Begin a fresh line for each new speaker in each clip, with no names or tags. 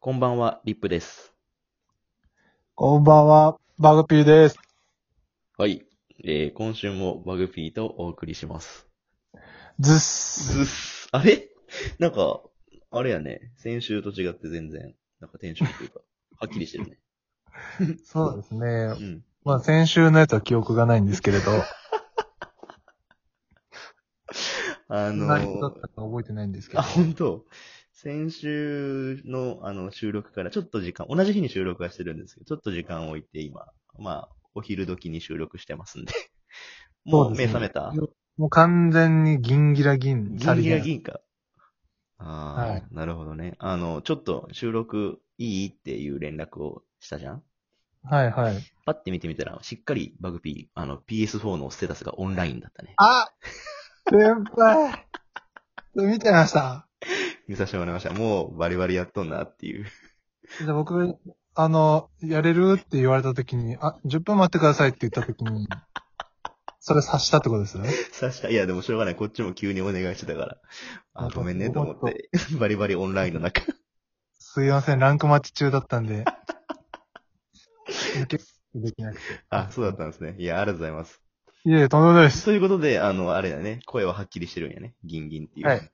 こんばんは、リップです。
こんばんは、バグピーです。
はい。えー、今週もバグピーとお送りします。
ずっす。
ずっすあれなんか、あれやね。先週と違って全然、なんかテンションというか、はっきりして るね。
そうですね
う。ん。
まあ先週のやつは記憶がないんですけれど、
あの
何だっ
ー
た、か覚えてないんですけ
あ、
ど。
本当先週のあの収録からちょっと時間、同じ日に収録はしてるんですけど、ちょっと時間を置いて今、まあ、お昼時に収録してますん で。もう目覚めた
もう完全にギンギラギ
銀
ン。
ギラ
ン。
銀か。ああ、
はい
なるほどね。あの、ちょっと収録いいっていう連絡をしたじゃん
はいはい。
パッて見てみたら、しっかりバグピー、あの PS4 のステータスがオンラインだったね。
あ先輩それ見てました。
見させてもらいました。もうバリバリやっとんなっていう。
で僕、あの、やれるって言われた時に、あ、10分待ってくださいって言った時に、それ察したってことですね。
さ した。いや、でもしょうがない。こっちも急にお願いしてたから。あ、
なんか
ごめんねと思って。 バリバリオンラインの 中。
すいません、ランクマッチ中だったんで。受けできなくて。
あ、そうだったんですね。いや、ありがとうございます。
いえいえ、とんでもないです。
ということで、あの、あれだね。声ははっきりしてるんやね。ギンギンっていう。
はい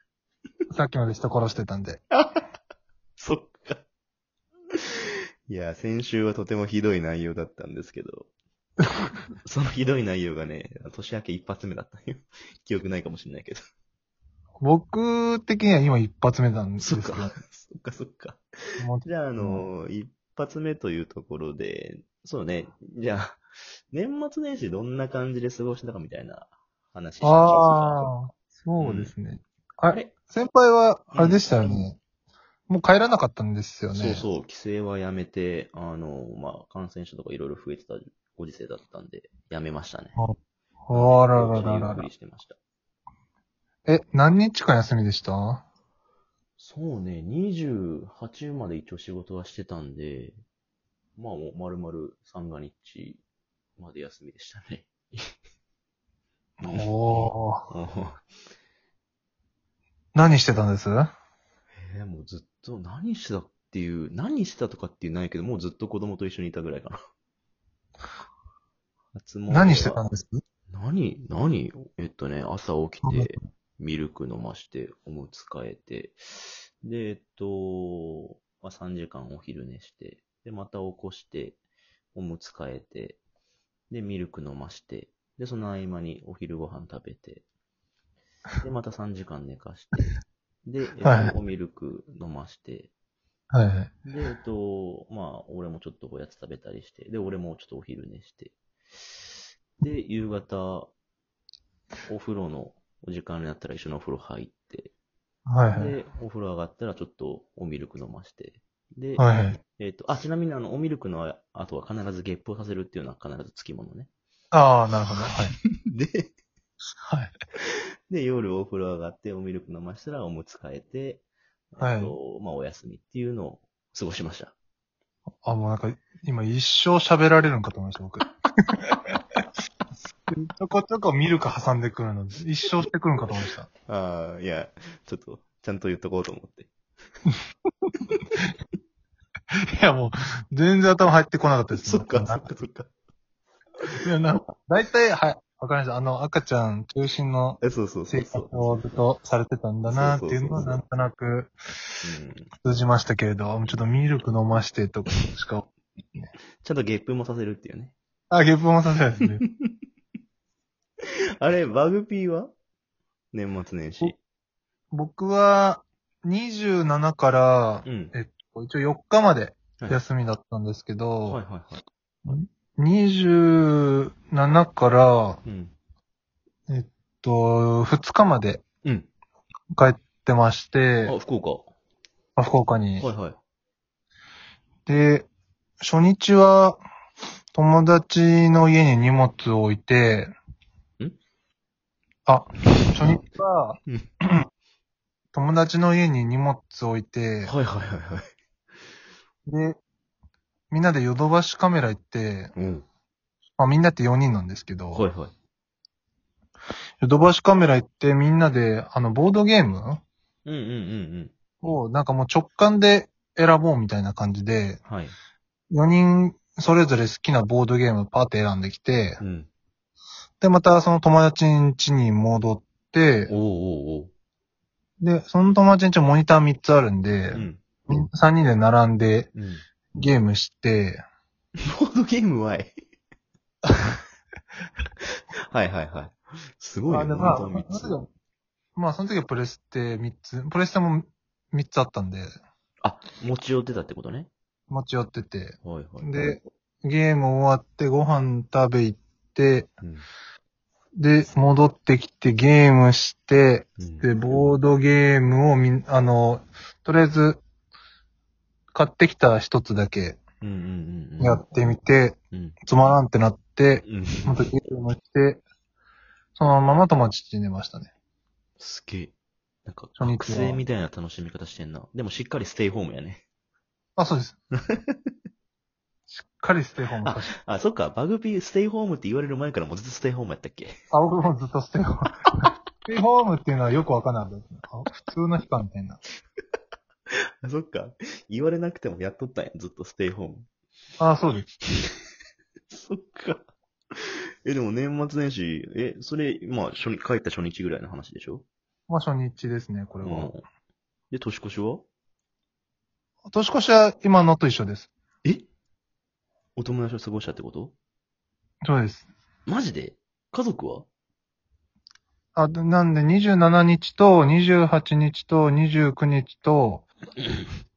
さっきまで人殺してたんで。
そっか。いや、先週はとてもひどい内容だったんですけ ど、そのひどい内容がね、年明け一発目だったんよ。 記憶ないかもしれないけど。
僕的には今一発目なんで
そ
す
っ
けど。
か。 そっかそっか。
もう
じゃあ、あの、一発目というところで、そうね、じゃあ、年末年始どんな感じで過ごしてたかみたいな話しましょう
ああ、そうですね。
あ
あれ
れ
先輩は、あれでしたよね。もう帰らなかったんですよね。
そうそう、規制はやめて、あの、まあ、感染者とかいろいろ増えてたご時世だったんで、やめましたね。
あららら
ゆ
ら
っく
ら
り。してました。
え、何日間休みでした
そうね、28まで一応仕事はしてたんで、まあもう丸々三が日まで休みでした ね。
おー。
うん
何してたんです
えーもうずっと何してたっていう、何してたとかっていうないけど、もうずっと子供と一緒にいたぐらいか な。初詣は
何してたんです
何何えっとね、朝起き
あ
て、ミルク飲まして、おむつ替えて、で、えっと、まあ、3時間お昼寝して、で、また起こして、おむつ替えて、で、ミルク飲まして、で、その合間にお昼ご飯食べて、で、また3時間寝かして、で、えっと
はい
おミルク飲まして、
はいはい。
で、えっと、まあ、俺もちょっとおやつ食べたりして、で、俺もちょっとお昼寝して、で、夕方、お風呂のお時間になったら一緒のお風呂入って、
はいはい。
で、お風呂上がったらちょっとおミルク飲まして、で、
はいはい。
えっと、あ、ちなみにあの、おミルクの後は必ずゲップをさせるっていうのは必ず付き物 ね。
ああ、なるほど。はい。
で、
はい。
で、夜お風呂上がっておミルク飲ましたらおむつ替えて、
はい
えっと、まあ、お休みっていうのを過ごしました。
あ、もうなんか、今一生喋られるんかと思いました、僕。ちょこちょこミルク挟んでくるの、一生してくるんかと思いました。
ああ、いや、ちょっと、ちゃんと言っとこうと思って。
いや、もう、全然頭入ってこなかったです、
そっか、そ
な
っか、そっか。
いやなんか大体、はい、わかりました。あの、赤ちゃん中心の
え、そうそうそ
生
う
活
そう。
をずっとされてたんだなっていうのは、
そうそうそうそう
なんとなく
うん。
通じましたけれど、もうちょっとミルク飲ましてとかしか、
ちゃんとゲップもさせるっていうね。
あ、ゲップもさせないです ね。
あれ、バグピーは年末年始。
僕は、27から
う、ん。
一応4日まで
はい
休みだったんですけど、
はいはいはい。
27から、
うん。
えっと、2日まで
うん。
帰ってまして、
あ、福岡。
まあ福岡に。
はいはい。
で、初日は、友達の家に荷物を置いて、
ん
あ、初日は
うん、
友達の家に荷物を置いて、
はいはいはいはい。
で、みんなでヨドバシカメラ行って、
うん。
まあみんなって4人なんですけど、
はいはい。
ヨドバシカメラ行ってみんなで、あの、ボードゲーム
うんうんうんうん。
を、なんかもう直感で選ぼうみたいな感じで、
はい。
4人それぞれ好きなボードゲームパーって選んできて、
うん。
で、またその友達ん家に戻って、
おうおうおう。
で、その友達ん家モニター3つあるんで、
うん。
3人で並んで
うん。
ゲームして、
ボードゲームはい。はいはいはい。すごい
あ
ね、
でまあ
本当に三つ。
まあその時はプレステ3つ、プレステも3つあったんで、
あ、持ち寄ってたってことね。
持ち寄ってて、
はいはい。
で、ゲーム終わってご飯食べ行って、
うん、
で、戻ってきてゲームして、で、ボー
ー
ドゲームをみん、あの、とりあえず、買ってきた一つだけ
ド、うんうんうんうん、
やってみて、
うん。
つまらんってなって、
うん。
またゲームして、そのまま友達ち寝ましたね。
すげえ。なんか、
初日は
学生みたいな楽しみ方してんな。でもしっかりステイホームやね。
あ、そ うです。しっかりステイホームさせて。
あ、そっか、バグピーステイホームって言われる前からもうずっとステイホームやったっけ
あ、僕もずっとステイホーム。 ステイホームっていうのはよくわかんなかったですね。あ普通の日かみたいな。
あ、そっか。言われなくてもやっとったんや、ずっとステイホーム。
あ、そうです。
そっか。え、でも年末年始、え、それ、まあ、初日、帰った初日ぐらいの話でしょ
まあ初日ですね、これ
う
は
ん。。で、年越しは
年越しは今のと一緒です。
えお友達と過ごしたってこと
そうです。
マジで家族は
あ、でなんで27日と28日と29日と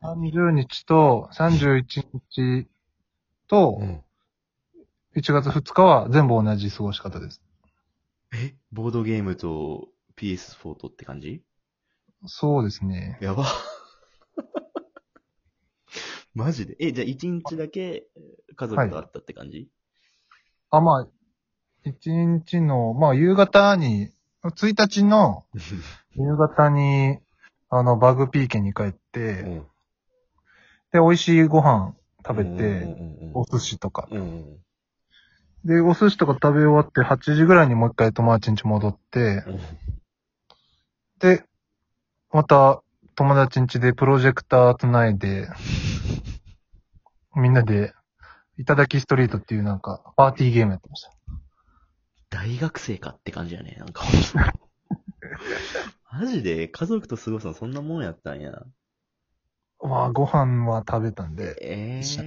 30日と31日と
ん。
1月2日は全部同じ過ごし方です。
えボードゲームと PS4 とって感じ
そうですね。
やば。 マジでえ、じゃあ一日だけ家族と会ったって感じ、
あ、まあ、1日の、まあ夕方に、1日の夕方に、あの、バグピー家に帰って、
うん
で、美味しいご飯食べて、
うんうん
お寿司とか。
うんうん。うん
で、お寿司とか食べ終わって8時ぐらいにもう一回友達ん家戻って、
うん
で、また友達ん家でプロジェクター繋いで、みんなで、いただきストリートっていうなんか、パーティーゲームやってました。
大学生かって感じやね。なんか。 マジで家族と過ごすのそんなもんやったんや。
まあ、ご飯は食べたんで。
ええ
一緒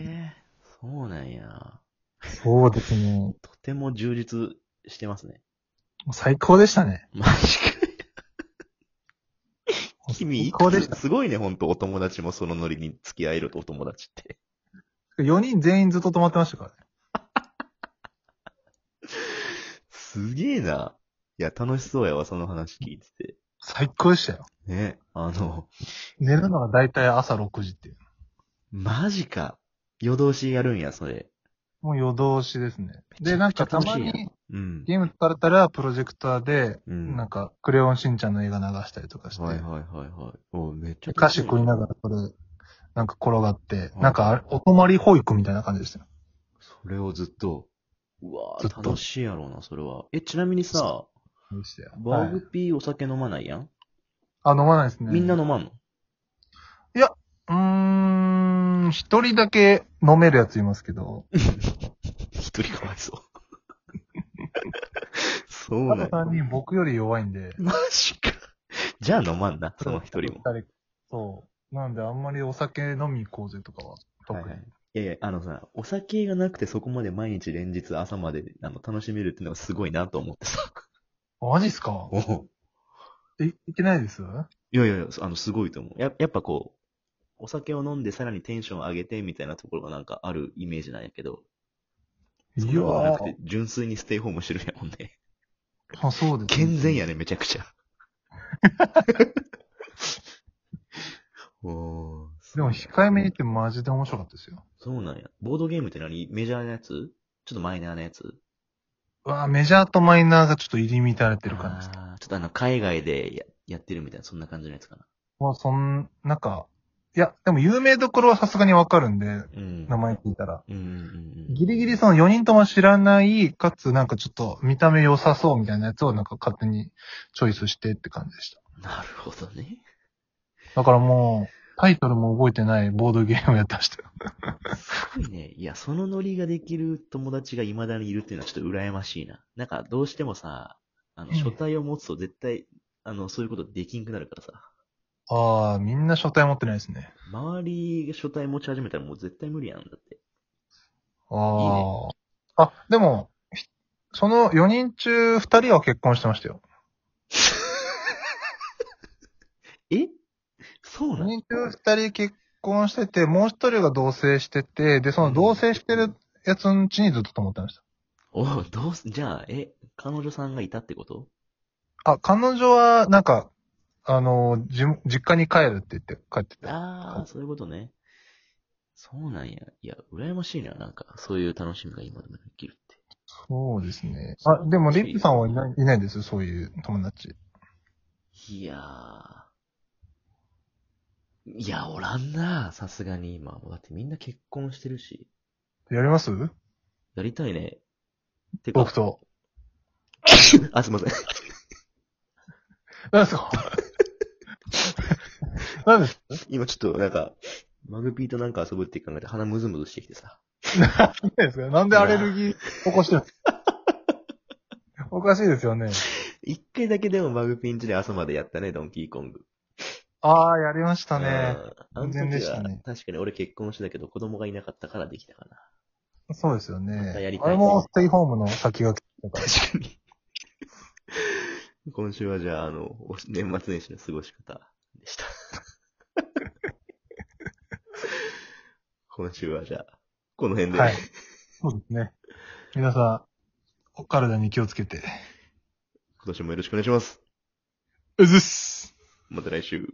そうなんや。
そうですね。
とても充実してますね。
最高でしたね。
マジかよ。君、い
最高で
く
した。
つすごいね、ほんと、お友達もそのノリに付き合えるとお友達って。
4人全員ずっと泊まってましたからね。
すげえな。いや、楽しそうやわ、その話聞いてて。
最高でしたよ。
ね、あの、
寝るのがだいたい朝6時っていう。
マジか。夜通しやるんや、それ。
もう夜通しですね。で、なんかたま
めちゃくちゃ楽しい
に
うん。
ゲーム疲れたらプロジェクターで、
うん。
なんかクレヨンしんちゃんの映画流したりとかして、
はいはいはいはい。おめっちゃ
歌詞食いな
ら。
がらこれ、なんか転がって、
い
なんかあれお泊まり保育みたいな感じでしたよ。
それをずっと。うわ
ずっ
ぁ、
と
楽しいやろうな、それは。え、ちなみにさ、
でしたよは
バ
い
ーグピーお酒飲まないやん、
あ、飲まないですね。
みんな。飲まんの
うーん、一人だけ飲めるやついますけど、
一人かわいそう。 そう
あ
なん
と
や
3人僕より弱いんで、
マジか。じゃあ飲まんな、その一人も。
二人。そう。なんであんまりお酒飲み行こうぜとかは、特に。
はいはいいやいや、あのさ、お酒がなくてそこまで毎日連日朝まであの楽しめるっていうのがすごいなと思ってさ。
マジっすか
おう
え、いけないです
いやいやいや、あの、すごいと思う。ややっぱこう、お酒を飲んでさらにテンション上げてみたいなところがなんかあるイメージなんやけど、そんなことなくて純粋にステイホームしてるんやもんね。
あ、そうです、
健全やね、めちゃくちゃ。 おー
でも、控えめに言ってマジで面白かったですよ。
そうなんや。ボードゲームって何メジャーなやつちょっとマイナーなやつ
うわぁメジャーとマイナーがちょっと入り乱れてる感じです。
あーちょっとあの、海外でややってるみたいな、そんな感じのやつかな。
まあ、そん、なんか、いや、でも有名どころはさすがにわかるんで、
うん。
名前聞いたら。
うんうんうん。
ギリギリその4人とも知らない、かつなんかちょっと見た目良さそうみたいなやつをなんか勝手にチョイスしてって感じでした。
なるほどね。
だからもう、タイトルも覚えてないボードゲームやってましたよ。
すごいね。いや、そのノリができる友達が未だにいるっていうのはちょっと羨ましいな。なんか、どうしてもさ、あの、
うん
書体を持つと絶対、あの、そういうことできんくなるからさ。
ああ、みんな書体持ってないですね。
周りが書体持ち始めたらもう絶対無理やんだって。
あ
いい
あ。あ、でも、ひその4人中2人は結婚してましたよ。
えそう
4
なの
人中2人結婚してて、もう1人が同棲してて、で、その同棲してるやつん家にずっと泊まってました。
おうどうす、じゃあ、え、彼女さんがいたってこと
あ、彼女は、なんか、あの、じむ実家に帰るって言って帰ってた。
ああ、そういうことね。そうなんや。いや、羨ましいな。なんか、そういう楽しみが今でもできるって。
そうですね。あ、でも、リップさんはいないいないですよ、そういう友達。
いやー。いや、おらんな。さすがに今。もうだってみんな結婚してるし。
やります
やりたいね。てか
僕、と。
あ、すいません。
何です か何です
今ちょっとなんか、マグピーとなんか遊ぶって考えて鼻ムズムズしてきてさ。
何ですかなんでアレルギー起こして るんですかおかしいですよね。
一回だけでもマグピンチで朝までやったね、ドンキーコング。
ああ、やりましたね。
うん。あの
全然で
時
した
は、
ね
確かに俺結婚してたけど子供がいなかったからできたかな。
そうですよ
またやり
ね。
たい
あれもステイホームの先駆けだから。
確かに。今週はじゃあ、あの、おし年末年始の過ごし方で した。今週はじゃあ、この辺で。
はいそうですね。皆さん、お体に気をつけて。
今年もよろしくお願いします。
うずっす
また来週。